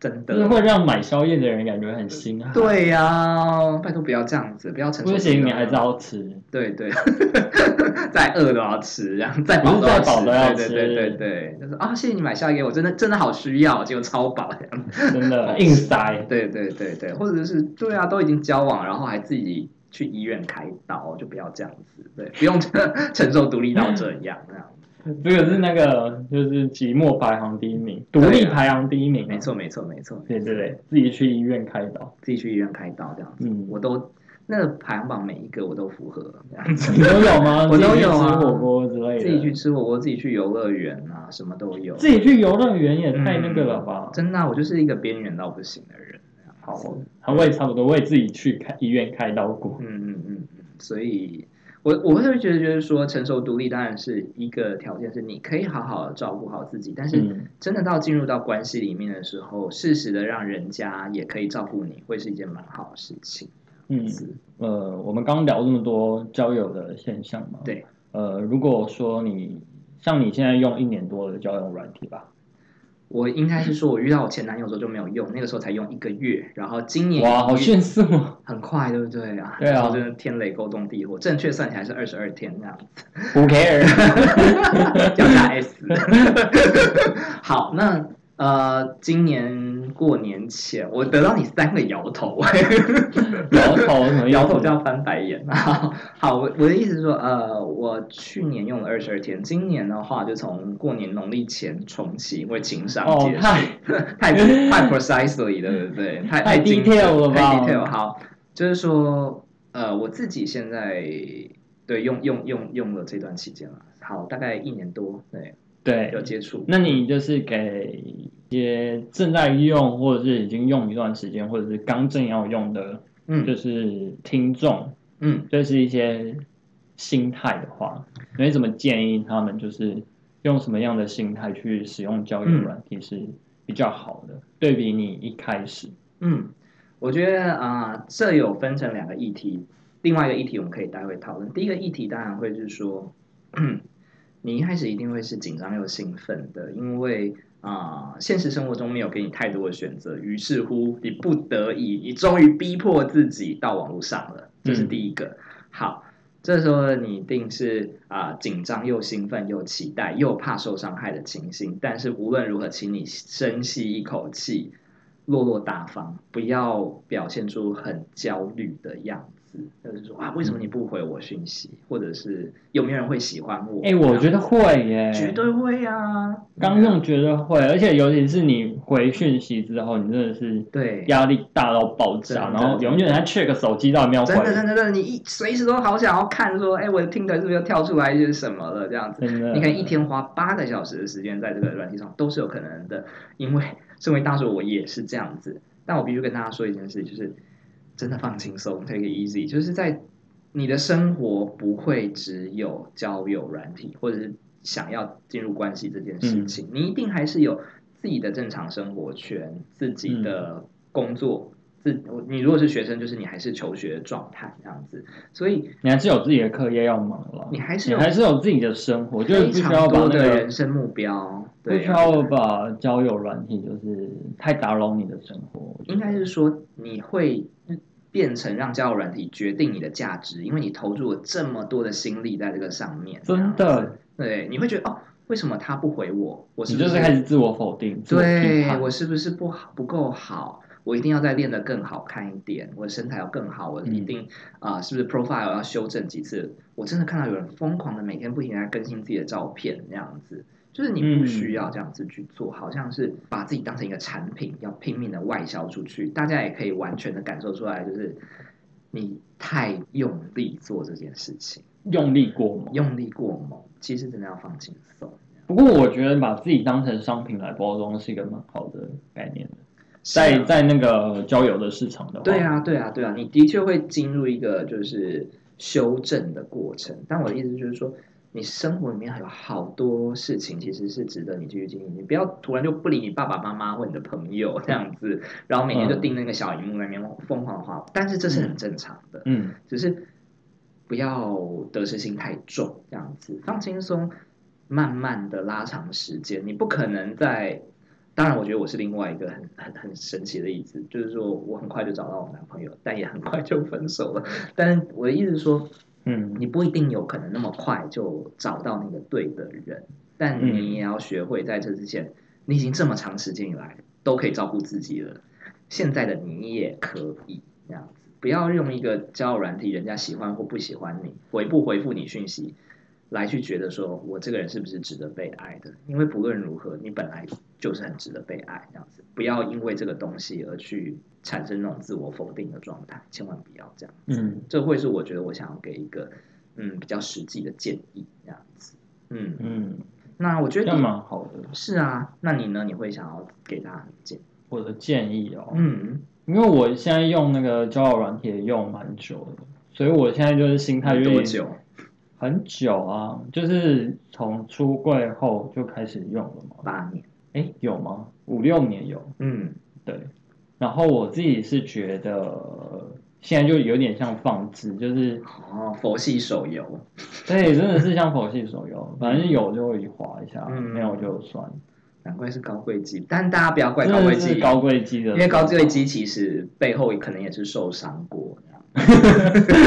真
就是
的，
会让买宵夜的人感觉很心寒。，
对呀、拜托不要这样子，不要成熟。
不行，你还是。要吃。
对对，再饿都要吃，然后再饱
不是再饱
吃，
都要吃
对对对对对，就是啊，谢谢你买宵夜给我，真的真的好需要，结果超饱这样。
真的硬塞。
对对对对，或者是对啊，都已经交往，然后还自己去医院开刀，就不要这样子，对，不用 承受独立到这
嗯
样这样。
这个是那个就是寂寞排行第一名，独立排行第一名，
啊
啊
没。错没错没错，
对对对，自己去医院开刀。
自己去医院开刀这样子，
嗯，
我都那个排行榜每一个我都符合这 样子，
你都有吗？
我都有
自
啊
己去吃火锅之类的，
自己去吃火锅，自己去游乐园啊，什么都有。
自己去游乐园也太那个了吧？
真的啊、我就是一个边缘到不行的人。
好，好，啊我也差不多，我也自己去开医院开刀过。
嗯嗯嗯嗯，所以我我会觉得，就是说成熟独立当然是一个条件，是你可以好好的照顾好自己，但是
嗯，
真的到进入到关系里面的时候，适时的让人家也可以照顾你，会是一件蛮好的事情。
嗯，呃，我们刚聊这么多交友的现象嘛，
对，
呃，如果说你像你现在用一年多的交友软体吧，
我应该是说，我遇到我前男友的时候就没有用，那个时候才用一个月，然后今年
哇，好迅速哦，
很快，对不对啊？
对
那
啊
时候真的天雷勾动地火，正确算起来是二十二天这样。
不 care，
要加 S。好，那呃，今年过年前，我得到你三个摇头，
摇头什么意思
摇头就要翻白眼。 好，我我的意思是说，呃，我去年用了二十二天，今年的话就从过年农历前重启，因为情商
哦
结，束，
太
太太 precisely 了，对不 对？太
太
精
detail 了吧
太 detail 好，就是说，呃，我自己现在对用用用用了这段期间了，好，大概一年多，对，有
对，
接触。
那你就是给一些正在用或者是已经用一段时间，或者是刚正要用的，就
嗯
是听众，
嗯，
就是一些心态的话，你怎么建议他们就是用什么样的心态去使用交友软体是比较好的？对比你一开始，
嗯，我觉得啊、呃这有分成两个议题，另外一个议题我们可以待会讨论。第一个议题当然会是说， 你一开始一定会是紧张又兴奋的，因为啊、呃现实生活中没有给你太多的选择，于是乎你不得已，你终于逼迫自己到网络上了，这
嗯
是第一个。好。这时候你一定是啊、呃紧张又兴奋又期待又怕受伤害的情形，但是无论如何，请你深吸一口气，落落大方，不要表现出很焦虑的样子，就是说啊，为什么你不回我讯息，或者是有没有人会喜欢我？
哎、我觉得会耶，
绝对会啊，
刚用绝对会，而且尤其是你回讯息之后，你真的是
对，
压力大到爆炸，
真
然
的
后永远在 check 手机到底有没有回
真，的真的真的，你一随时都好想要看说，哎，我的听的是不是又跳出来一些什么了这样子。
真的，
你可能一天花八个小时的时间在这个软体上都是有可能的，因为身为大叔我也是这样子。但我必须跟大家说一件事，就是真的放轻松，take it easy，就是在你的生活不会只有交友软体或者是想要进入关系这件
嗯
事情，
嗯
你一定还是有自己的正常生活圈、自己的工作、自我你如果是学生，就是你还是求学状态这样子，所以
你还是有自己的课业要忙了，
你还是
你
有
还是有自己的生活，就是
非
不需要
常
把
多的
那个
人生目标，
不
对啊
需，要把交友软体就是太打扰你的生活。我觉得
应该是说你会变成让交友软体决定你的价值，因为你投入了这么多的心力在这个上面，
真
这样子，
的，
对，啊你会觉得哦，为什么他不回我？我是
你
不
就是是开始自我否定，自我批
对
判
我是不是不好不够好？我一定要再练得更好看一点，我的身材要更好，我一
嗯
定啊、是不是 profile 要修正几次？我真的看到有人疯狂的每天不停地在更新自己的照片，那样子，就是你不
嗯
需要这样子去做，好像是把自己当成一个产品，要拼命的外销出去，大家也可以完全的感受出来，就是你太用力做这件事情，
用力过猛。
用力过猛，其实真的要放轻松。
不过我觉得把自己当成商品来包装是一个蛮好的概念的，在
是啊
在那个交友的市场的话，
对，啊，对啊，对啊，你的确会进入一个就是修正的过程。但我的意思就是说，你生活里面还有好多事情其实是值得你继续经营，你不要突然就不理你爸爸妈妈或你的朋友这样子，然后每天就
嗯
盯那个小荧幕那边疯狂地滑。但是这是很正常的，
嗯，
只是不要得失心太重，这样子放轻松，慢慢的拉长时间。你不可能在，当然，我觉得我是另外一个很 很很神奇的例子，就是说我很快就找到我男朋友，但也很快就分手了。 但是我的意思是说，
嗯，
你不一定有可能那么快就找到那个对的人，但你也要学会在这之前，你已经这么长时间以来都可以照顾自己了，现在的你也可以这样子，不要用一个交友软体，人家喜欢或不喜欢你，回不回复你讯息，来去觉得说我这个人是不是值得被爱的，因为不论如何，你本来就是很值得被爱这样子，不要因为这个东西而去产生那种自我否定的状态，千万不要这样。
嗯
这会是我觉得我想要给一个嗯比较实际的建议这样子。嗯，
嗯，
那我觉得
这样
你
蛮好的。
是啊，那你呢？你会想要给大家什么建议？
我的建议哦，
嗯，
因为我现在用那个交友软体也用蛮久的，所以我现在就是心态有
多
点
久？
很久啊，就是从出柜后就开始用了嘛。
八年。
哎，有吗？五六年有，
嗯
对。然后我自己是觉得现在就有点像放置，就是
哦，佛系手游。
对，真的是像佛系手游，反正有就会划一下，
嗯
没有就算。
难怪是高贵机，但大家不要怪
真
高贵
的
机
是，高贵机的，
因为高贵机其实背后可能也是受伤过。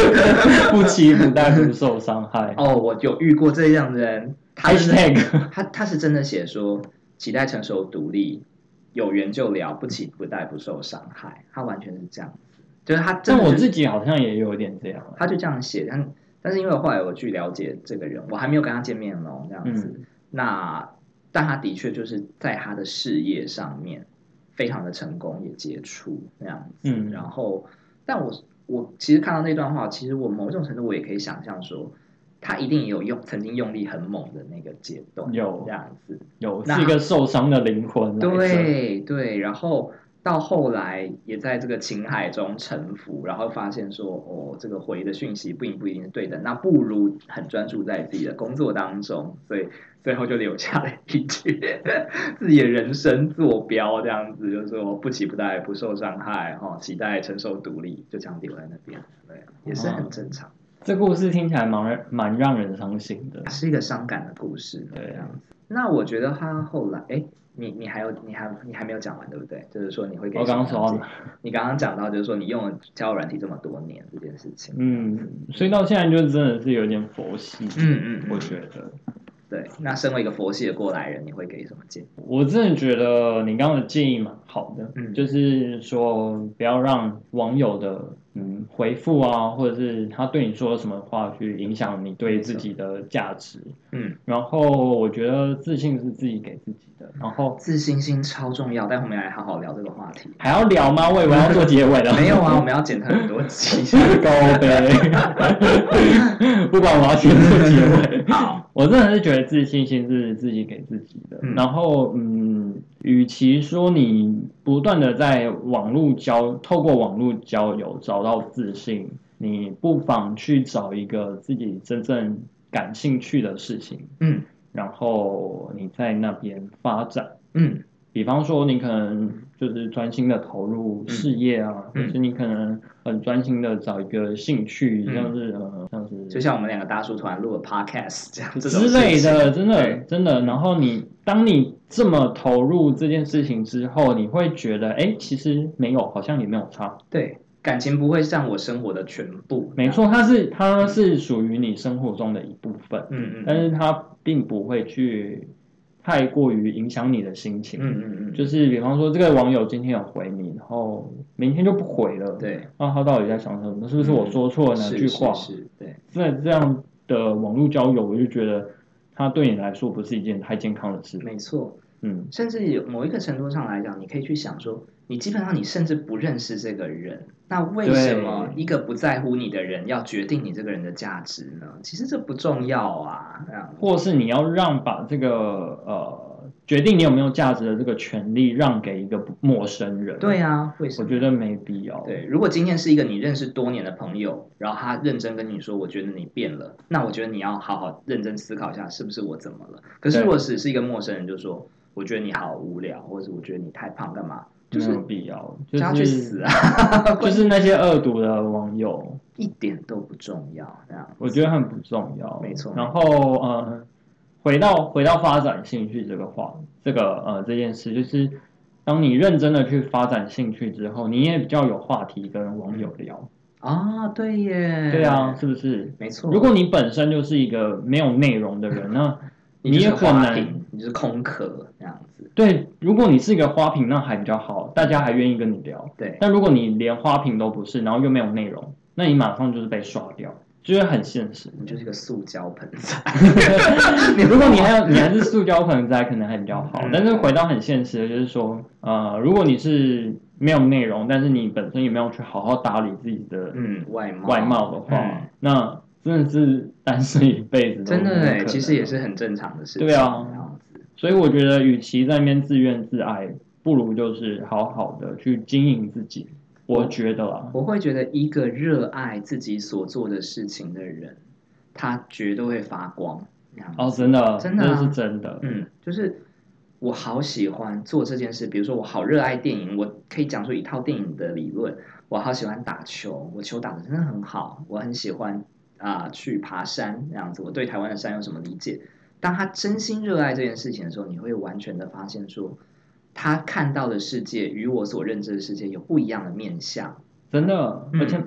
不欺负但不受伤害。
哦，我有遇过这样的人，他是
Hashtag
他他是真的写说期待成熟独立，有缘就聊，不期不待不受伤害，他完全是这样子，就是他真
但
的、
我
就是、
自己好像也有一点这样啊。
他就这样写，但但是因为后来我去了解这个人，我还没有跟他见面哦，这样子，
嗯
那但他的确就是在他的事业上面非常的成功，也杰出那样子，
嗯
然后但我我其实看到那段话，其实我某种程度我也可以想象说。他一定也有用，曾经用力很猛的那个阶段，
有
这样子，
有
那
是一个受伤的灵魂啊来着。
对对，然后到后来也在这个情海中沉浮，然后发现说，哦，这个回的讯息并不一定是对的，那不如很专注在自己的工作当中，所以最后就留下了一句 自己的人生坐标，这样子就是说不期不待，不受伤害，哈、哦，期待承受独立，就这样留在那边，对，也是很正常，
这故事听起来蛮让蛮让人伤心的。
是一个伤感的故事，
对
这样子。那我觉得他后来，哎，你你还有你还你还没有讲完，对不对？就是说你会给
我刚刚
什么
说
样
到
的建议 你刚刚讲到就是说你用了交友软体这么多年这件事情，
嗯，所以到现在就真的是有点佛系，
嗯嗯，
我
嗯
觉得。
对。那身为一个佛系的过来人，你会给什么建议？
我真的觉得你刚刚的建议蛮好的，
嗯
就是说不要让网友的嗯回复啊，或者是他对你说什么话去影响你对自己的价值。
嗯，
然后我觉得自信是自己给自己的，然后。
自信心超重要，但我们来好好聊这个话题
还要聊吗？我以为要做结尾了，
没有啊， 我们要剪很多集。
高呗， 不管我要先做结尾。我真的是觉得自信心是自己给自己的。
嗯
然后，嗯，与其说你不断的在网络交，透过网络交友找到自信，你不妨去找一个自己真正感兴趣的事情，
嗯
然后你在那边发展。
嗯，
比方说你可能就是专心的投入事业啊，
嗯嗯
或是你可能很专心的找一个兴趣，
嗯
像是呃像是
就像我们两个大叔突然录了 podcast 这样这种
之类
事情
的，真的
对
真的。然后你当你这么投入这件事情之后，你会觉得，哎，其实没有，好像也没有差。
对，感情不会占我生活的全部，
没错，它是它是属于你生活中的一部分，
嗯嗯，嗯
但是它并不会去太过于影响你的心情。
嗯嗯嗯，
就是比方说，这个网友今天有回你，然后明天就不回了，
对，
那他到底在想什么？是不是我说错了哪
是
句话？
是是对，
在这样的网络交友，我就觉得它对你来说不是一件太健康的事。
没错。
嗯，
甚至有某一个程度上来讲，你可以去想说，你基本上你甚至不认识这个人，那为什么一个不在乎你的人要决定你这个人的价值呢？其实这不重要啊，这样
或是你要让把这个呃决定你有没有价值的这个权利让给一个陌生人。
对，啊，为什
我
么？
觉得没必要。，
对，如果今天是一个你认识多年的朋友，然后他认真跟你说，我觉得你变了，那我觉得你要好好认真思考一下，是不是我怎么了？可是
对
如果只是一个陌生人，就说我觉得你好无聊，或者我觉得你太胖，干嘛？就是
没有必要，就
叫他去死
是
啊，
就是那些恶毒的网友，
一点都不重要。这样，
我觉得很不重要。
没错
然后呃，回到回到发展兴趣这个话，这个呃这件事，就是当你认真的去发展兴趣之后，你也比较有话题跟网友聊。
啊、对耶，
对啊，，是不是？
嗯没错。
如果你本身就是一个没有内容的人，那
你
也
就是
很
花
难。
瓶，你就是空壳这样子。
对，如果你是一个花瓶，那还比较好，大家还愿意跟你聊。
对，
但如果你连花瓶都不是，然后又没有内容，那你马上就是被刷掉，就是很现实。
你就是一个塑胶盆栽。
如果你还有你还是塑胶盆栽，可能还比较好
嗯。
但是回到很现实的，就是说，呃，如果你是没有内容，但是你本身也没有去好好打理自己的
嗯，外貌，
外貌的话，
嗯
那真的是单身一 辈子都
真的
有可
哎，
能
其实也。是很正常的事情。
对啊
这样子，
所以我觉得，与其在那边自怨自艾，不如就是好好的去经营自己。我觉得啦，
我会觉得一个热爱自己所做的事情的人，他绝对会发光。这样子
哦，真的，
真的啊
这是真的。
嗯，就是我好喜欢做这件事，比如说我好热爱电影，我可以讲出一套电影的理论。我好喜欢打球，我球打的真的很好，我很喜欢啊、去爬山这样子。我对台湾的山有什么理解？当他真心热爱这件事情的时候，你会完全的发现说，他看到的世界与我所认知的世界有不一样的面相。
真的，
嗯
而且、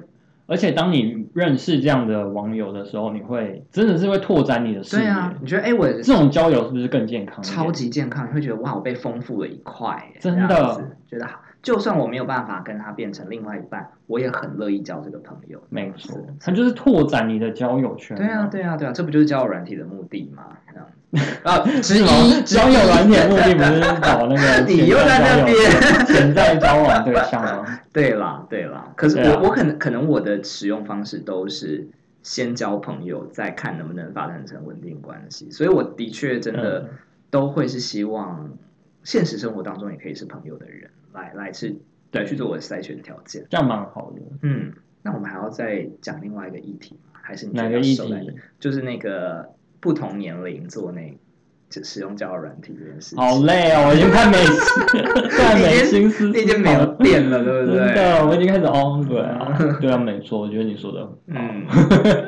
而且，当你认识这样的网友的时候，你会真的是会拓展你的视
对
野。
啊，你觉得哎、我
这种交友是不是更健康一点？
超级健康，你会觉得哇，我被丰富了一块耶，
嗯真的
这样子觉得好。就算我没有办法跟他变成另外一半，我也很乐意交这个朋友。
没错
是，
它就是拓展你的交友圈。
对啊，，对啊，对啊，这不就是交友软体的目的吗？这样 子啊，之
是吗？
一之
交友
一
软件目的不是找那个
你又在那边
潜在交往对象吗？
对啦，对啦。可是我、
对啊
我可能可能我的使用方式都是先交朋友，再看能不能发展成稳定关系。所以我的确真的
嗯
都会是希望现实生活当中也可以是朋友的人来来去来去做我的筛选条件。
这样蛮好的。
嗯，那我们还要再讲另外一个议题吗？还是你觉得
哪个议
要收来的
题？
就是那个不同年龄做那就使用交友软体这件事情。
好累哦，我已经快没快没心思思考
你已经没有电了，对不对？
真的，我已经开始 on 对啊，对啊，没错，我觉得你说的
嗯，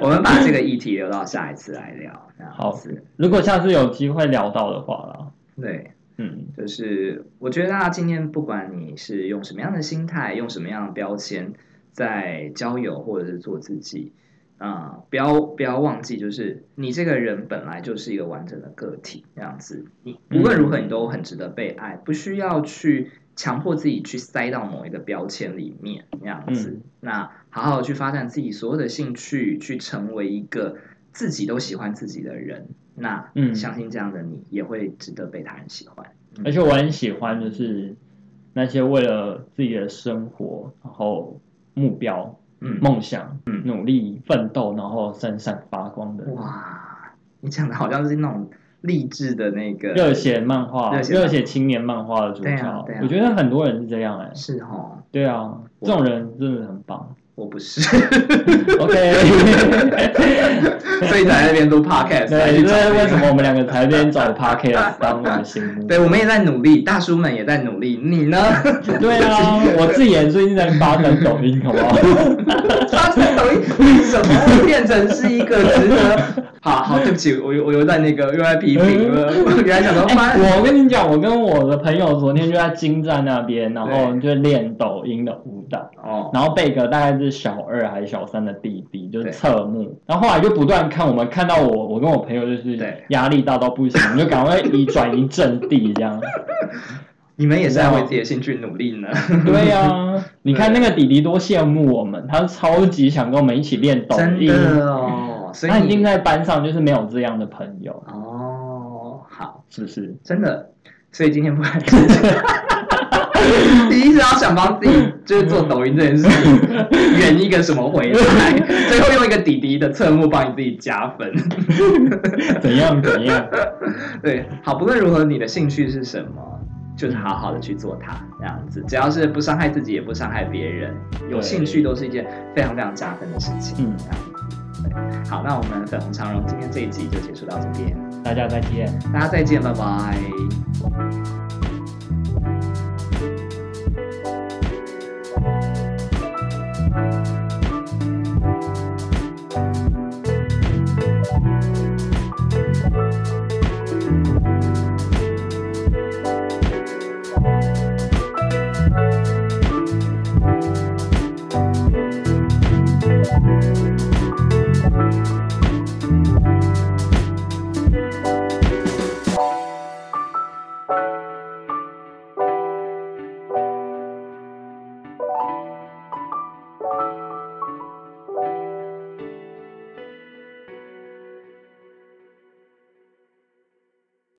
我们把这个议题留到下一次来聊。这样
好
子，。
如果下次有机会聊到的话啦，
对，
嗯，
就是我觉得大家今天不管你是用什么样的心态，用什么样的标签在交友或者是做自己，啊、不要不要忘记，就是你这个人本来就是一个完整的个体，这样子，你
嗯
无论如何你都很值得被爱，不需要去强迫自己去塞到某一个标签里面，那样子。
嗯
那好好去发展自己所有的兴趣，去成为一个自己都喜欢自己的人。那
嗯
相信这样的你也会值得被他人喜欢。
而且我很喜欢就是那些为了自己的生活，然后目标
嗯，
梦想、
嗯
努力、奋斗，然后闪闪发光的
哇，你讲的好像是那种励志的那个
热血漫画、
热血漫画
热血青年漫画的主
对啊
角
对啊。
我觉得很多人是这样哎，
是哦，
对啊，这种人真的很棒。
我不是，
OK，
所以在那边录 podcast 来
对，
去
这
找
是为
这
什
个。
么我们两个才边找 podcast 当我们的醒目？
对，我们也在努力，大叔们也在努力，你呢？
对啊，我自己也最近在发展抖音，好不好？
发展抖音为什么会变成是一个值 得？好好，对不起，我又我又在那个又在批评了。我原来想说发
嗯哎，我跟你讲，我跟我的朋友昨天就在金站那边，然后就练抖音的舞蹈，
哦，
然后贝哥大概是小二还是小三的弟弟，就是
对
侧目。然后后来就不断看我们，看到我，我跟我朋友就是
对
压力大到不行，我 们就赶快移转移阵地这样。
你们也是在为自己的兴趣努 力呢。
对呀、 你看那个弟弟多羡慕我们，他超级想跟我们一起练抖
真
音。
的哦，所
他
以
一定
你
在班上就是没有这样的朋友，
哦，好，
是不 是？
真的，所以今天不敢。 你一直要想帮自己就是做抖音这件事情圆一个什么回来，最后用一个弟弟的侧目帮你自己加分。
怎样怎样？
对，好，不论如何，你的兴趣是什么，就是好好的去做它，这样子，只要是不伤害自己，也不伤害别人，有
对
兴趣都是一件非常非常加分的事情。
嗯
这样子对，好，那我们粉红长荣今天这一集就结束到这边，
大家再见。
大家再见，拜拜。